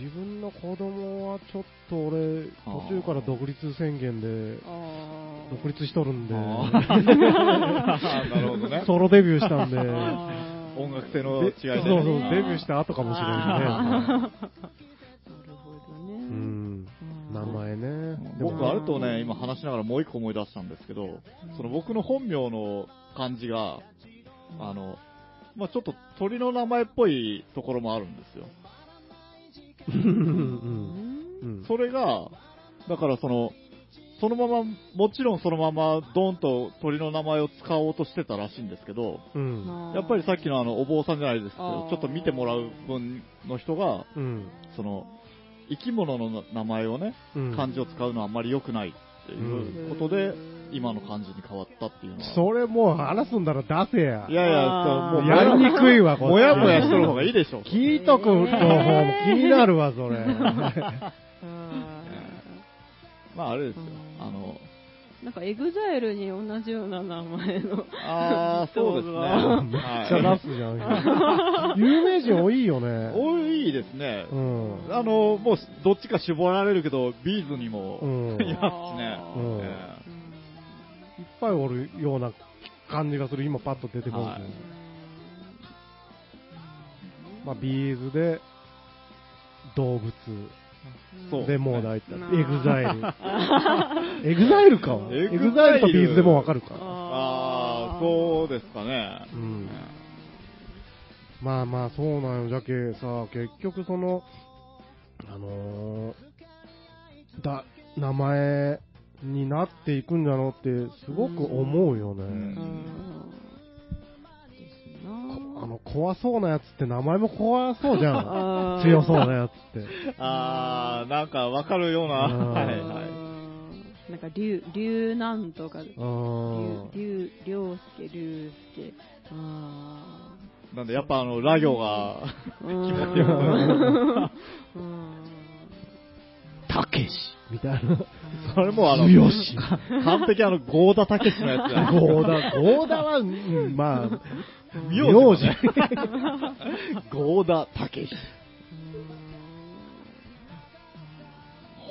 自分の子供はちょっと俺、はあ途中から独立宣言で、あー独立しとるんで、 ああなるほどね。ソロデビューした んで、あー音楽性の違いそうでそう、ねデビューした後かもしれないね。あーなるほどね、うん。うん名前ね。で僕、もあれとね、今話しながらもう一個思い出したんですけど、その僕の本名の漢字が、あの、まあちょっと鳥の名前っぽいところもあるんですよ。うんうんそれが、だからその、そのまま、もちろんそのまま、ドンと鳥の名前を使おうとしてたらしいんですけど、うん。やっぱりさっきのあの、お坊さんじゃないですけあどー、ちょっと見てもらう分の人が、うん。その、生き物の名前をね、うん。漢字を使うのはあんまり良くないっていうことで、今の漢字に変わったっていうのは。それもう話すんだら出せや。いやいや、あそうもう、やりにくいわ、こっちもやもやしとる方がいいでしょ。聞いとくの方も気になるわ、それ。あまあ、あれですようん。あの、ーなんかエグザイルに同じような名前のあ ー、そうですね。めっちゃは出すじゃん。有名人多いよい。ね。おいいですねう。ん。あの、もう、どっちか絞られるけど、ビーズにもう、ん。いいっますねあうえーうんんぱいおるような感じがする、今パッと出てこなはいい。まあ、ビーズで、動物。うんそうで、もう大体、まあエグザイル。エグザイルか。エグザイルとビーズでもうわかるか。あー、そうですかね。うん。まあまあ、そうなんよ。じゃけさ、結局その、あのーだ、名前になっていくんだろうって、すごく思うよね。うんうんですなあの、怖そうなやつって名前も怖そうじゃ ん。あー強そうなやつって。あー、なんかわかるような。うんはいはい。い。なんか、竜、竜なんとか、う竜、竜、ん。竜介、竜介。あなんで、やっぱあの、ラ行が、ーうん気持ちよくうんたけし。みたいな。それもあの、よし。完璧あの、ゴーダたけしのやつ だよ。ゴーダ、ゴーダは、うんまあ、名名字字だね。 ゴーダたけし。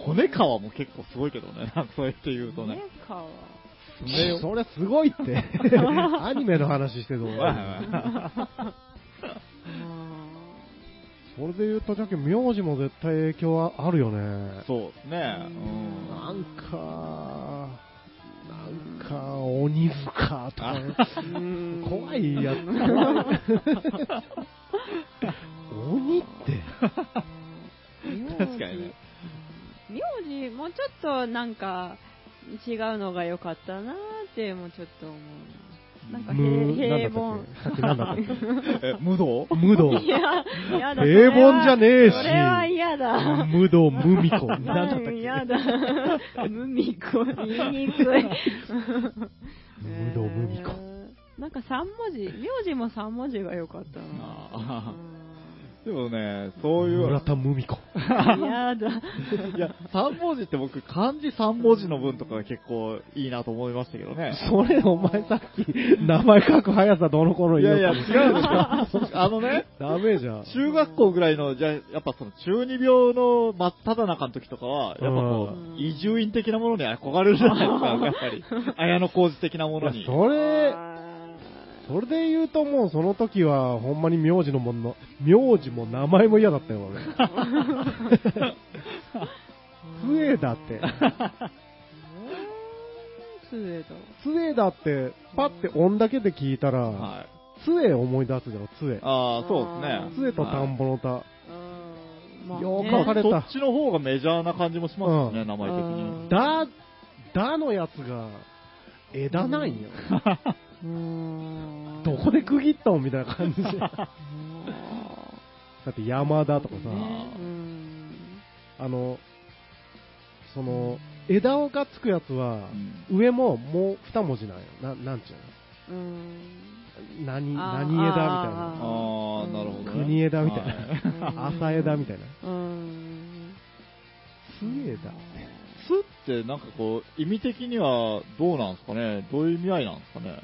骨川も結構すごいけどね。なんかそうやって言うとね。かわ爪をそれすごいって。アニメの話してるぞ。はいはいはいそれで言うと、じゃけん名字も絶対影響はあるよね。そうですね。う。うんなんか、なんか、鬼塚とか、怖いやつ。鬼って。 確かにね名字、名字もうちょっとなんか違うのが良かったなーって、もうちょっと思うな。なんかむ平平な凡ん。だったっけさっきなんだったっえ、無道 け無道。 いや、やだ。それ平は凡じゃねえしそれは嫌だ。無道、無味子。なんだったっうんけやだ。 無味子、言いにくい。無道、無味子。なんか三文字、名字も三文字が良かったな。あーでもね、そういう。村田無味子。うんやだ。いや、3文字って僕、漢字3文字の文とかが結構いいなと思いましたけどね。それ、お前さっき、名前書く速さどの頃い言やうい や、違のうかでしょ。 あのね、ダメじゃん。中学校ぐらいの、じゃあやっぱその中二病の真っ只中の時とかは、やっぱこうんう、移住院的なものに憧れるじゃないですか、やっぱ り。綾小路的なものいにや。それ、あそれで言うともうその時は、ほんまに名字のもの、名字も名前も嫌だったよ、俺。 杖だって。ースウェード。杖だって、パって音だけで聞いたら、はい。杖思い出すだろ、杖。ああ、そうですね。杖と田んぼの田。うんまあねよくま書かあ、れそたっちの方がメジャーな感じもしますうね、名前的うんに。だ、だのやつが、枝な いんよ。うーんどこで区切ったんみたいな 感じ。だあって山田とかさー、ねうんあの、その、枝をがっつくやつはう、ん上ももう二文字なんよ。な、なんちゅうんうの何、あー何枝あーなるほどね。国枝みたいなはみたいな。朝枝みたいな。うん杖だ。つってなんかこう、意味的にはどうなんですかねどういう意味合いなんですかね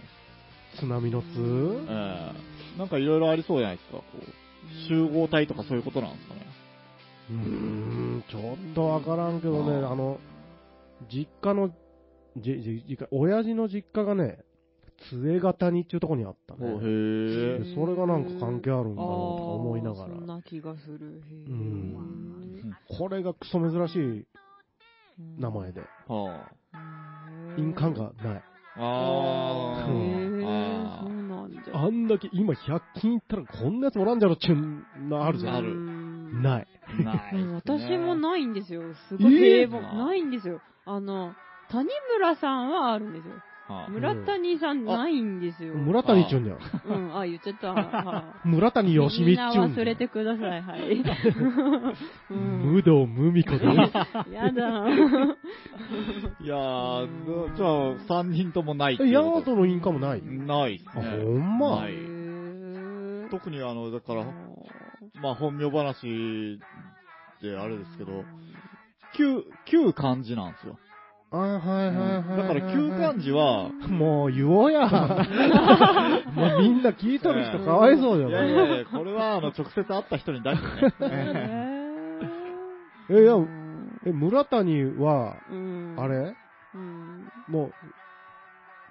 津波のえ津えなんかいろいろありそうじゃないですか。こう集合体とかそういうことなんですかね。うーん、ちょっとわからんけどね、あーあの、実家の、じ、じ、実家、親父の実家がね、杖形にっていうとこにあったおね。へでえ。それがなんか関係あるんだあーろうとか思いながらそん。な気がするへーうんこれがクソ珍しい名前で。は印鑑がない。あ。あへーーあそうー。なんだあんだけ今100均いったらこんなやつもらんじゃろっちゅうのあるじゃあん。るうんない。ない、うん私もないんですよ。すごえいー平凡。ないんですよ。あの、谷村さんはあるんですよ。はあ村谷さんないんですよ。村谷っちゅうんだよ。うん、あ、言っちゃ った。はい村谷よしみみっんちなゅうんだ忘れよ。てください、 はい。うん無道無味子で。やだ。いやー、じゃあ3人ともないってえいヤうマこトの印鑑もないと。ないですね。あほんまないへー特にあの、だから、まあ本名話であれですけど、旧、旧漢字なんですよ。あはいだから旧漢字は、もう言 おうや。もうみんな聞いとる人かわいそうじゃいやないい。やいや、これはあの直接会った人にだけへね。え、いやー、うんえ、村谷は、うんあれうんも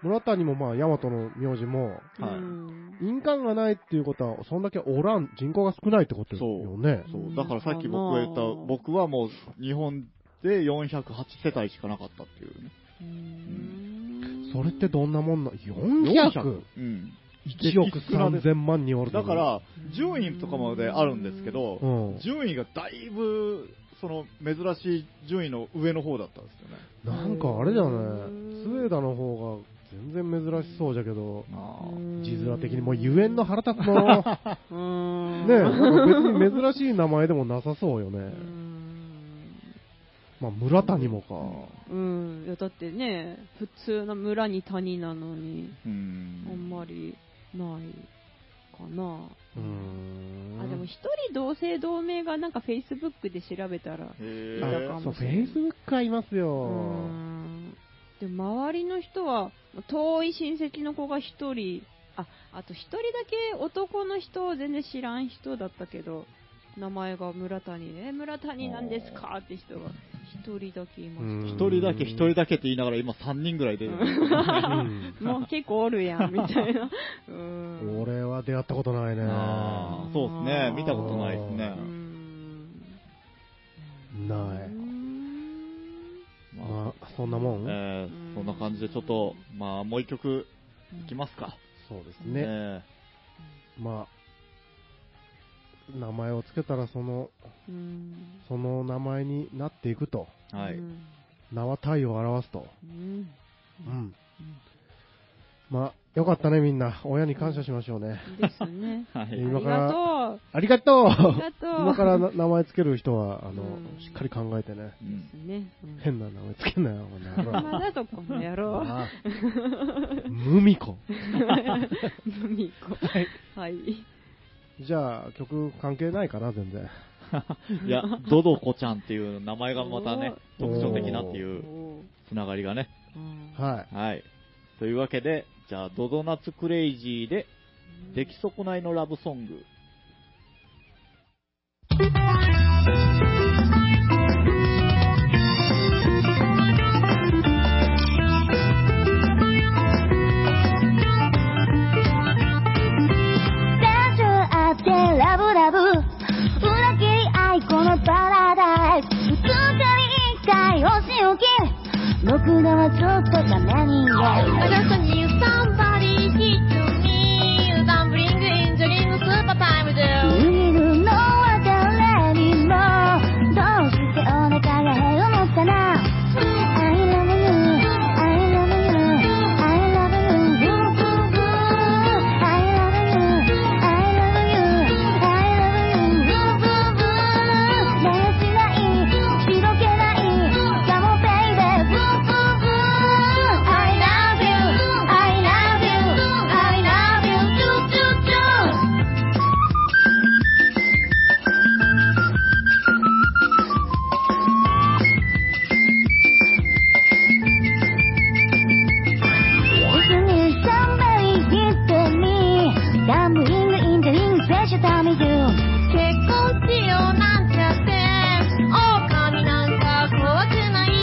う、村谷もまあ、ヤマトの名字も、はいうん印鑑がないっていうことは、そんだけおらん、人口が少ないってことよね。そう、だからさっき僕が言った、僕はもう日本で408世帯しかなかったっていうね。うんそれってどんなもんな、 400 400?1 うん。億3000万人おるのだにから、順位とかまであるんですけうど、ん。順位がだいぶ、その、珍しい順位の上の方だったんですよね。なんかあれだねうん、スウェーダの方が全然珍しそうじゃけど、あ字面的にもうゆえんの腹立 つの。ねうーんえ、なんか別に珍しい名前でもなさそうようねー。んまあ、村谷もか。うんいやだってね普通の村に谷なのにうんあんまりないかなうーん。あでも一人同姓同名がなんかフェイスブックで調べたらへえなんかあそう、フェイスブックはいますうーよ。んでも周りの人は遠い親戚の子が一人ああと一人だけ男の人を全然知らん人だったけど名前が村谷ね、村谷なんですかって人が一人だけいまう一しん人だけ一人だけって言いながら今3人ぐらい出る。うんた。 もう結構おるやん、みたいな。うん。俺は出会ったことないね。あーそうですね。見たことないですうね。んなうい。んまあまあ、そんなもん、えーそんな感じでちょっと、まあもう一曲いきますか。そうですね。えまあ、名前をつけたらその、うん。その名前になっていくと。ーはいうん名は体を表すと。うんうん。まあ、よかったね、みんな。親に感謝しましょうね。ですね。はあい。り今かがらとありがとうう。ありがとう。今からな名前つける人は、あのうん、しっかり考えてね。うん ですね。うん変な名前つけんなよ、お前まだとこの野郎。なあムミコ。飲み行こう。はい。じゃあ、曲関係ないかな、全然。いや、ドドコちゃんっていう名前がまたね、お特ー徴的なっておいうーつながりがね。うんははい。というわけで、じゃあ、ドドナツクレイジーで、出来損ないのラブソング。ダンスあってラブラブ裏切り合いこのパラダイスぶつかり一回お仕置き僕らはちょっとために just need somebody hit me. You don't bring in dream super time, do. 見るのは誰にもどうしてお腹が減るのかな I love you I love you I love you I love you I love you I love you だらしない白けないカモペイで I love you I love you I love you チューチューチュー別に somebody hit me Dumbling in the ring セッションタミズ結婚しようなんちゃって狼なんか怖くない I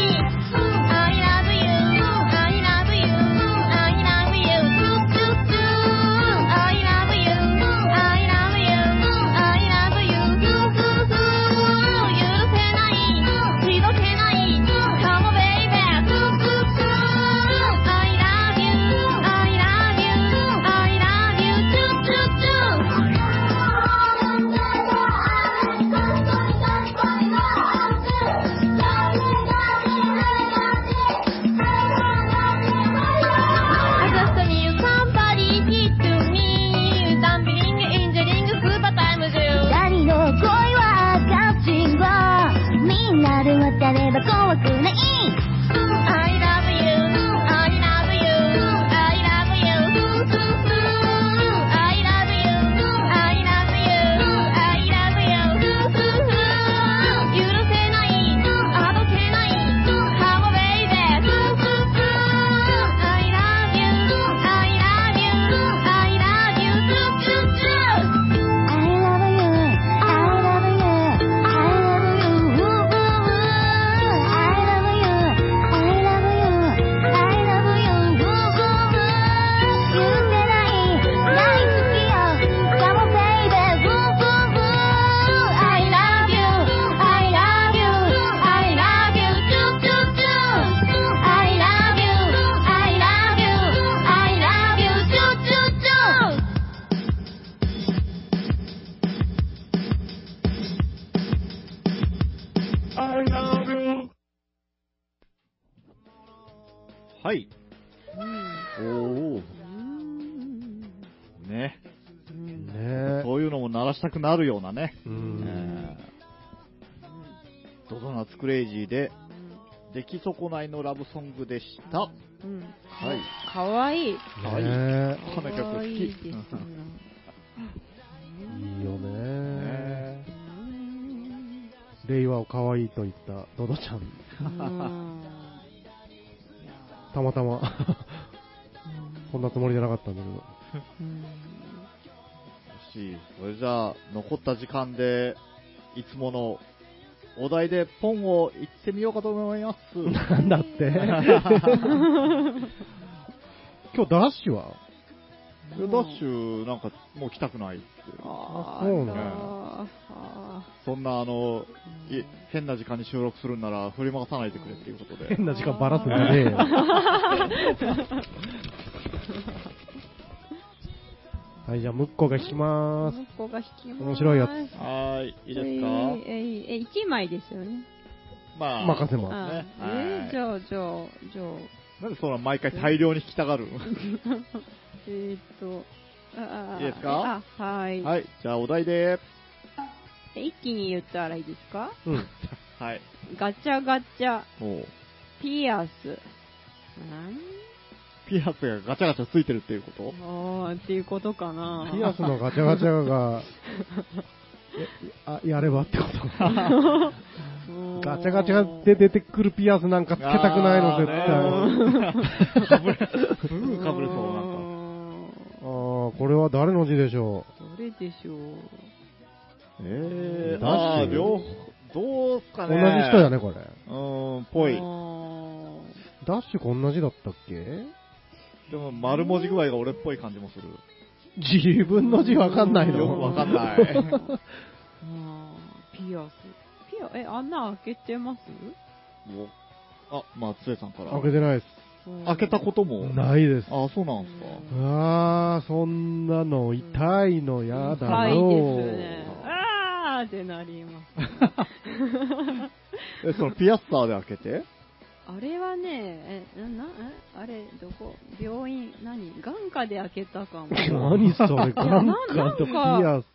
love you I love you I love you チュッチュッチュ I love you I love you I love you ふふふ許せないしどけないカモベイベーふふふ I love you I love you I love you チュッチュッチュアジャストミーサンバリーヒットミーダンビリングインジェリングスーパータイムジュー二人の恋は赤信号みんなで渡れば怖くない I love you I love you I love you フーフーフー I love you I love you I love you フーフーフー許せないあどけないハモベイベーフーフーフー I love you I love you I love you チュッチュッチュッ I love you I love you I love you I love you I love you I love you 許せない大好きよカモベイベー I love you, I love you, I love you, choo choo choo. I love you, I love you, I love you, choo choo choo. はい。おー。ね。い。ねそういうのも鳴らしたくなるようなね。うえん。ードドナツクレイジーで、出来損ないのラブソングでした。はうんい。かわいい。可愛いねこの曲好きかわいいですねいいよね。ね令和を可愛いと言ったドドちゃん。うんたまたま。 こんなつもりじゃなかったんだけど。うんよしそれじゃあ、残った時間で、いつものお題でポンを言ってみようかと思います。なんだって。 今日ダッシュはいやダッシュなんかもう来たくないって。あそうねああそんなあの、い変な時間に収録するんなら振り回さないでくれっていうこと で変。な時間ばらすんじゃねえよ。 はい、じゃあ、ムッコが引きまーす。向こうが引きます面白いやつはーい、いいですか、えいえいえ1枚ですよねまあ、任せす。まあねあえはいー、じゃあじゃあじゃあなんでそんな毎回大量に聞きたがるえー、っとああいいですかあはい、はい、じゃあお題で。え一気に言ったらいいですかす。うん。はい。ガチャガチャもう、ピアスなんピアスがガチャガチャついてるっていうことああっていうことかなピアスのガチャガチャが、えあ、やればってことう んガチャガチャで出てくるピアスなんかつけたくないの、絶対。あ絶対。かぶれ、すぐかぶれそう、なんか。んかあー、これは誰の字でしょどれでしょうえーああ、ダッシュ両方、どうすうか同ね。じ人やね、これ。うーん、ぽいあ。ーダッシュこんな字だったっけでも丸文字具合が俺っぽい感じもする。自分の字わかんないのよくわかんない。あーピアスピアえ穴開けてますもうあ、まあ、つえさんから。開けてないです。開けたことも。ないです。あ、そうなんですか。あー、そんなの痛いのやだはいよ。ですねあーってなりますえ、そのピアスターで開けてあれはね、え、な、な、えあれ、どこ病院、何眼科で開けたかも。全然わ何それ、ガンカとピアス。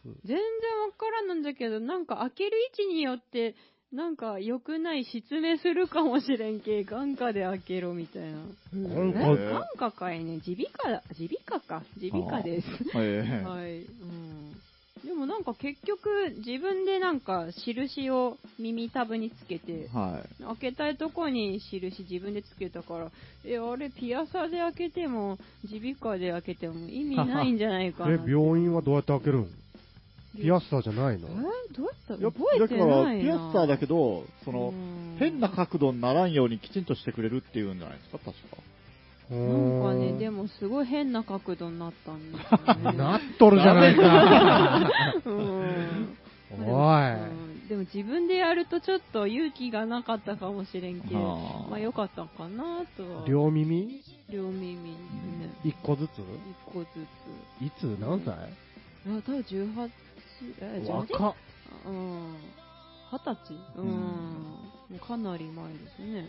からなんだけど、なんか開ける位置によって、なんか良くない失明するかもしれんけ、眼科で開けろみたいな。なんへか、ー眼科かいね、耳鼻科だ、耳鼻科か、耳鼻科です。ええはい、うん。でもなんか結局、自分でなんか印を耳たぶにつけて、はい。開けたいとこに印自分でつけたから、え、あれピアサーで開けても、耳鼻科で開けても意味ないんじゃないかなえっ、て。病院はどうやって開けるんピアスターじゃないのえどうやったいや覚えてないな。だから、ピアスターだけど、その、うん変な角度にならんようにきちんとしてくれるっていうんじゃないですか、確か。なんかね、でも。もすごい変な角度になったんです よね。なっとるじゃないか。うんお。。うんでも自分でやるとちょっと勇気がなかったかもしれんけはあまあよかったんかなとはい両耳両耳にね、一個ずつ一個ずつ。いつ何歳あ、多分18、え、18若っ。うん。二十歳うん。もうかなり前ですね。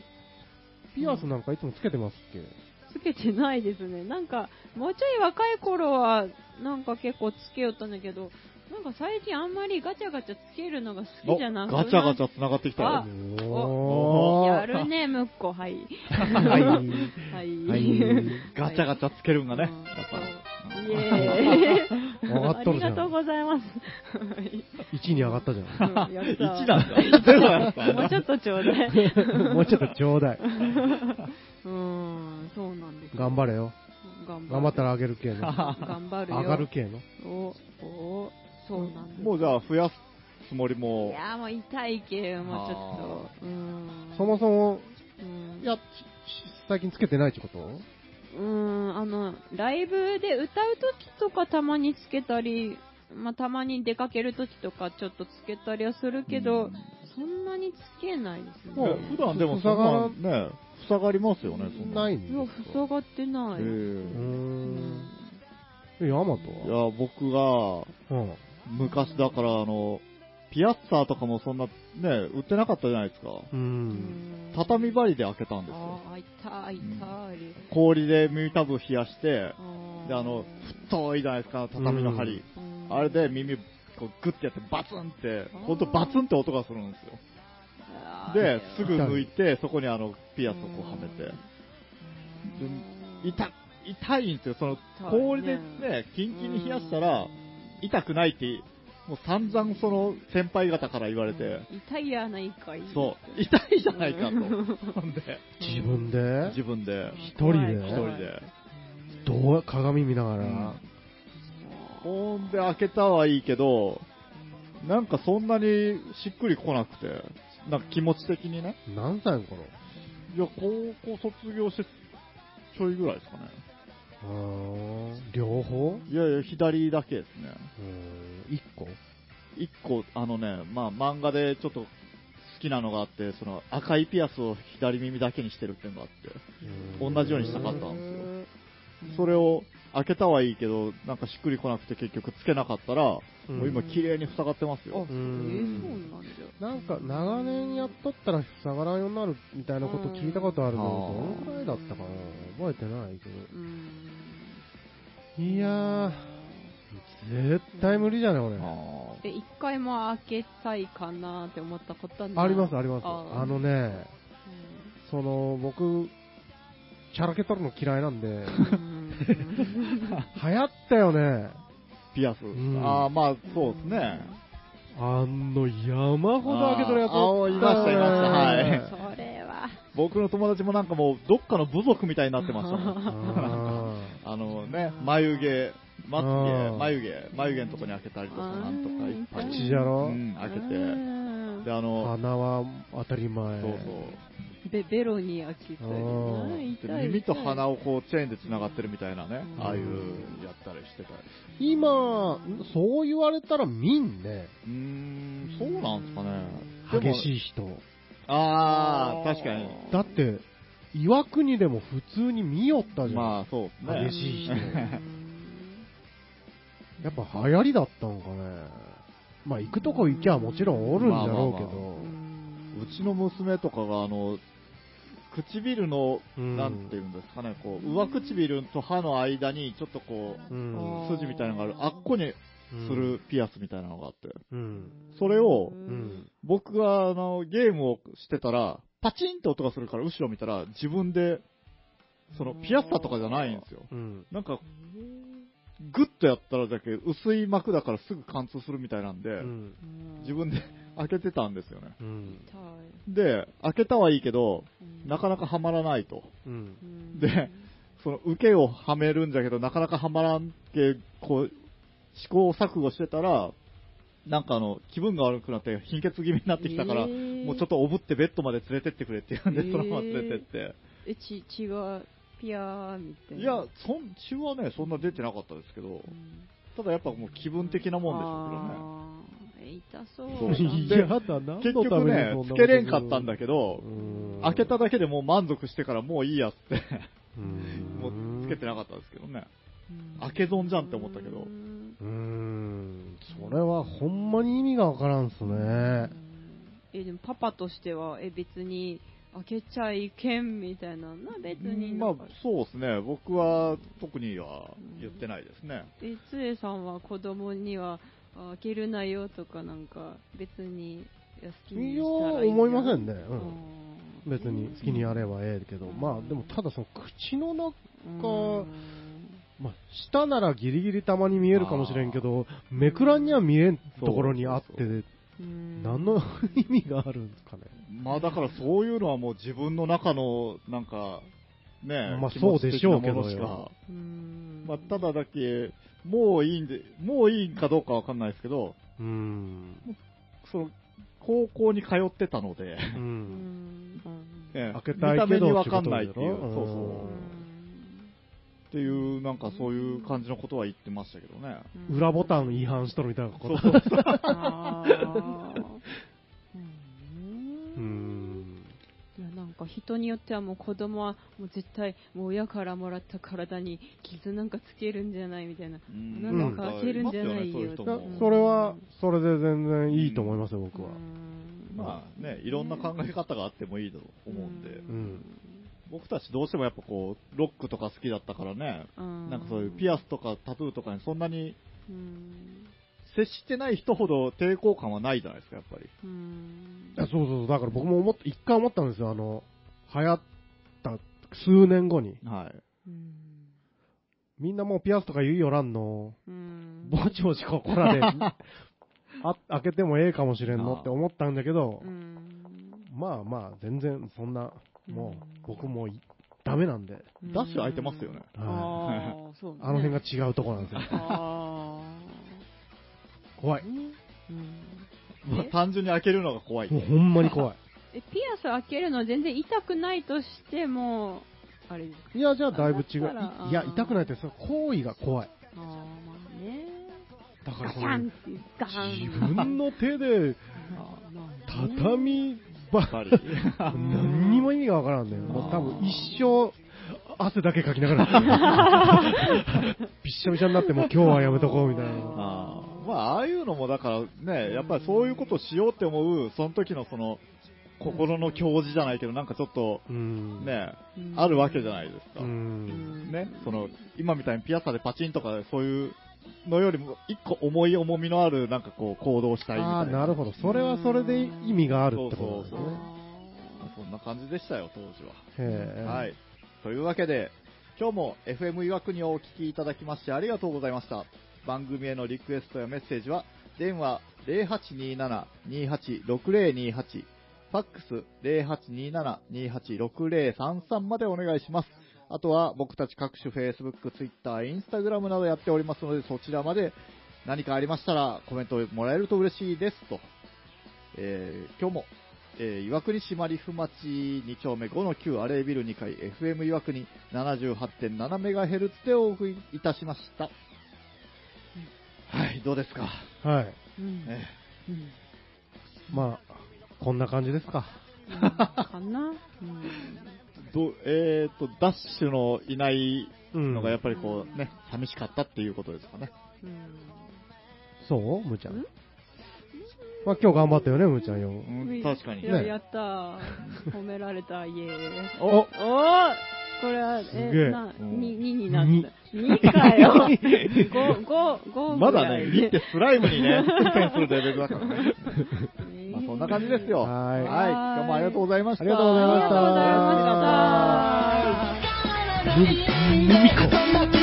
ピアスなんかいつもつけてますっけつけてないですね。なんか、もうちょい若い頃は、なんか結構つけよったんだけど、なんか最近あんまりガチャガチャつけるのが好きじゃなくなガチャガチャ繋がってきたよあ。おやー。るね、むっこ、はい。はい。はい。はいガチャガチャつけるんがね、うやっんぱ。イ エーイ。上がっとるじゃあんりがとうござい ます。 1位に上がったじゃん。 はい。うんやっ一たなんだ。ゼロやった。もうちょっとちょうだい。 もうちょっとちょうだい。うーん、そうなんです。頑張れよ。頑張頑張ったら。ら上げる系の。頑張るよ。上がる系の。お、お、そうなんです。もうじゃあ増やすつもりいも、やーもう痛いけ、もうちょっと。うーん。そもそも、うんいや、し最近つけてないってことうーん、あの、ライブで歌うときとかたまにつけたり、まあ、たまに出かけるときとかちょっとつけたりはするけど、そんなにつけないですね。もう普段でもそんなね、塞がりますよね、そんな。。ないいへんですいや、塞がってなえい。うーうんん。えヤマトいはや、僕が、うん。昔だからあの、ピアッサーとかもそんな、ね、売ってなかったじゃないですか。うん。畳針で開けたんですよ。ああ、痛い、痛い。氷で耳たぶ冷やして、あーで、あの、太いじゃないですか、畳の針。うんあれで耳、こう、グッてやって、バツンって、ほんとバツンって音がするんですよ。あーで、すぐ抜いて、そこにあの、ピアスをこうはめて。うん痛、痛いんですよ。その痛いね、氷でね、キンキンに冷やしたらう、ん痛くないって、もう散々その先輩方から言われて、痛いやないかいそう、痛いじゃない かと。ほんで、自分で自分で、一人で一人で。どう、鏡見ながら。ほんで開けたはいいけど、なんかそんなにしっくりこなくて、なんか気持ち的にね。何歳の頃いや、高校卒業してちょいぐらいですかね。うーん両方いやいや、左だけですね。うーん1個一個、あのね、まあ漫画でちょっと好きなのがあって、その赤いピアスを左耳だけにしてるっていうのがあって、同じようにしたかったんですよそれを開けたはいいけど、なんかしっくりこなくて結局つけなかったら、うんもう今綺麗に塞がってますあよ。うえーんそうなんだなんか長年やっとったら下がらんようになるみたいなこと聞いたことあるけど、うんどのくらいだったかな覚えてないけうど。んいやー、絶対無理じゃない、俺。ああーえ一回も開けたいかなって思ったことはないります、あります。ーあのね、うその、僕、チャラけとるの嫌 いなんで、んうん流行ったよね。ピアス。んああ、まあそうですね。あの、山ほど開けとるやつあーあーいましたいましたはいそい。れは僕の友達もなんかもうどっかの部族みたいになってました もん。 ああのね、眉毛、まつあーげ、眉毛、眉毛のとこに開けたりとか、なんとかいっぱーい。口じゃろ、うん、開けて。うんで、あの、鼻は当たり前。そうベベロに開きたいあーうんそう。痛でい耳と鼻ををこうチェーンで繋がってるみたいなねう、んああいうやったりしてたり。今、そう言われたら見んね。うーん、そうなんですかね。激い。しい人。ああ、確かに。だって、岩国でも普通に見よったじゃん。まあ、そうですね。激しい人うんやっぱ流行りだったんかね。まあ行くとこ行きゃもちろんおるんじゃろうけど。うちの娘とかが、あの、唇の、うんなんていうんですかね、こう、上唇と歯の間に、ちょっとこう、うん筋みたいなのがある、あっこにうんするピアスみたいなのがあって、うん。それをう、うんん。僕が、あの、ゲームをしてたら、パチンって音がするから、後ろ見たら、自分で、その、ピアスタとかじゃないんですよ。うん。なんか、グッとやったらだけ、薄い膜だからすぐ貫通するみたいなんで、うん。自分で開けてたんですよね。うん。痛いで、開けたはいいけど、うんなかなかはまらないと。うん。うんでその受けをはめるんだけど、なかなかはまらんけ、こう、試行錯誤してたら、なんかあの、気分が悪くなって、貧血気味になってきたから、えーもうちょっとおぶってベッドまで連れてってくれって言うんで、えーそのまま連れてって。えち血がピアーみたいないや、そん、血はね、そんな出てなかったですけどう、んただやっぱもう気分的なもんでしょうけどね。あーえ痛そうそういでやだ、何の結た局めにねそ、なことつけれんかったんだけどう、ん開けただけでもう満足してからもういいやっつって、 もうつけてななかったですけどね。うん開け損じゃんって思ったけどう。んうーんそれはほんまに意味がわからんっすねえでもパパとしてはえ別に開けちゃいけんみたいなな別うにんまなあんか、そうですね。僕は特には言ってないですね。えつえさんは子供にはあ開けるなよとかなんか別にいや好きにいやしたらいい思いませんね、ね、ううん、別に好きにやればええけどまあでもただその口の中、こまあ、舌ならギリギリたまに見えるかもしれんけどめくらんには見えんところにあってそううん何の意味があるんですかねまあだからそういうのはもう自分の中の、なんか、ね、まあ気持ちそうで的しょなうけどものしかようんまあただだけ、もういいんで、もういいんかどうかわかんないですけど、うーん、その、高校に通ってたので、う、うんんうんええ開けたいけ見た目どにわかんないっていう、仕事そやうろそうう。んっていう、なんかそういう感じのことは言ってましたけどね。うん裏ボタン違反しとるみたいなことあーうんうーんいやなんか人によってはもう子供はもう絶対もう親からもらった体に傷なんかつけるんじゃないみたいな、うんなんか開けるんじゃないよますねそういやいう人もそれは、それで全然いいと思いますよ、僕は。うんまあね、いろんな考え方があってもいいと思うんで、うん。僕たちどうしてもやっぱこう、ロックとか好きだったからね、なんかそういうピア、アスとかタトゥーとかにそんなにうん接してない人ほど抵抗感はないじゃないですか、やっぱり。うんいやそうそうそう、だから僕も思っ一回思ったんですよ、あの、流行った数年後に。はい。うんみんなもうピアスとか言うよらんの、うんぼちぼちここ らで、あ開けてもええかもしれんのって思ったんだけどう、んまあまあ、全然そんな、うんもう、僕もいダメなんで、はいダッシュ開いてますよね。あーそうねあの辺が違うとこなんですよ。あー怖い。うん もう単純に開けるのが怖い。もうほんまに怖い。えピアス開けるの全然痛くないとしても、あれですかいや、じゃあだいぶ違うあだった。らいいや、痛くないって、その行為が怖い。あーまあね。だかガらシこャンのっ、ていう、ガーン。自分の手であーまあね畳ばやっぱ り。何にも意味がわからんねん。もう多分一生、汗だけかきながら、 びっしゃびしゃになって、もう今日はやめとこうみたいな。あーまあ、ああいうのもだからね、やっぱりそういうことをしようって思う、その時のその、心の教示じゃないけど、なんかちょっと、うん。ね、うんあるわけじゃないですかう。ん。ね、その、今みたいにピアスでパチンとか、そういうのよりも、一個重い重みのある、なんかこう、行動をしたいみああ、たいな。なるほど。それはそれで意味があるってことですそねう。そんな感じでしたよ、当時は。へえはい。というわけで、今日も FM 岩国をお聞きいただきましてありがとうございました。番組へのリクエストやメッセージは、電話0827-286028、ファックス0827-286033までお願いします。あとは僕たち各種 Facebook、Twitter、Instagram などやっておりますので、そちらまで何かありましたらコメントをもらえると嬉しいですと。えー今日もえー岩国市マリフ町2丁目5の9アレイビル2階 FM 岩国 78.7MHz でお送りいたしました。はい、どうですか、はい。うんねうんまあ、こんな感じですか。うんかな、うんどえっ、と、ダッシュのいないうんのがやっぱりこうね、寂しかったっていうことですかね。うそうむーちゃんん。まあ今日頑張ったよね、むーちゃんよ。うん、確かにい。や、ねやったー。褒められた、イエーイ。おおーこれは、すげええ、な、うんに、にになった。にかよ。ご、ご、ごまぐだらね、いリで。ってスライムに ね、挑戦するレベルだからね。ねまあそんな感じですよ。はいはい。今日もありがとうございました。ありがとうございましたありがとうございまし耳た。か。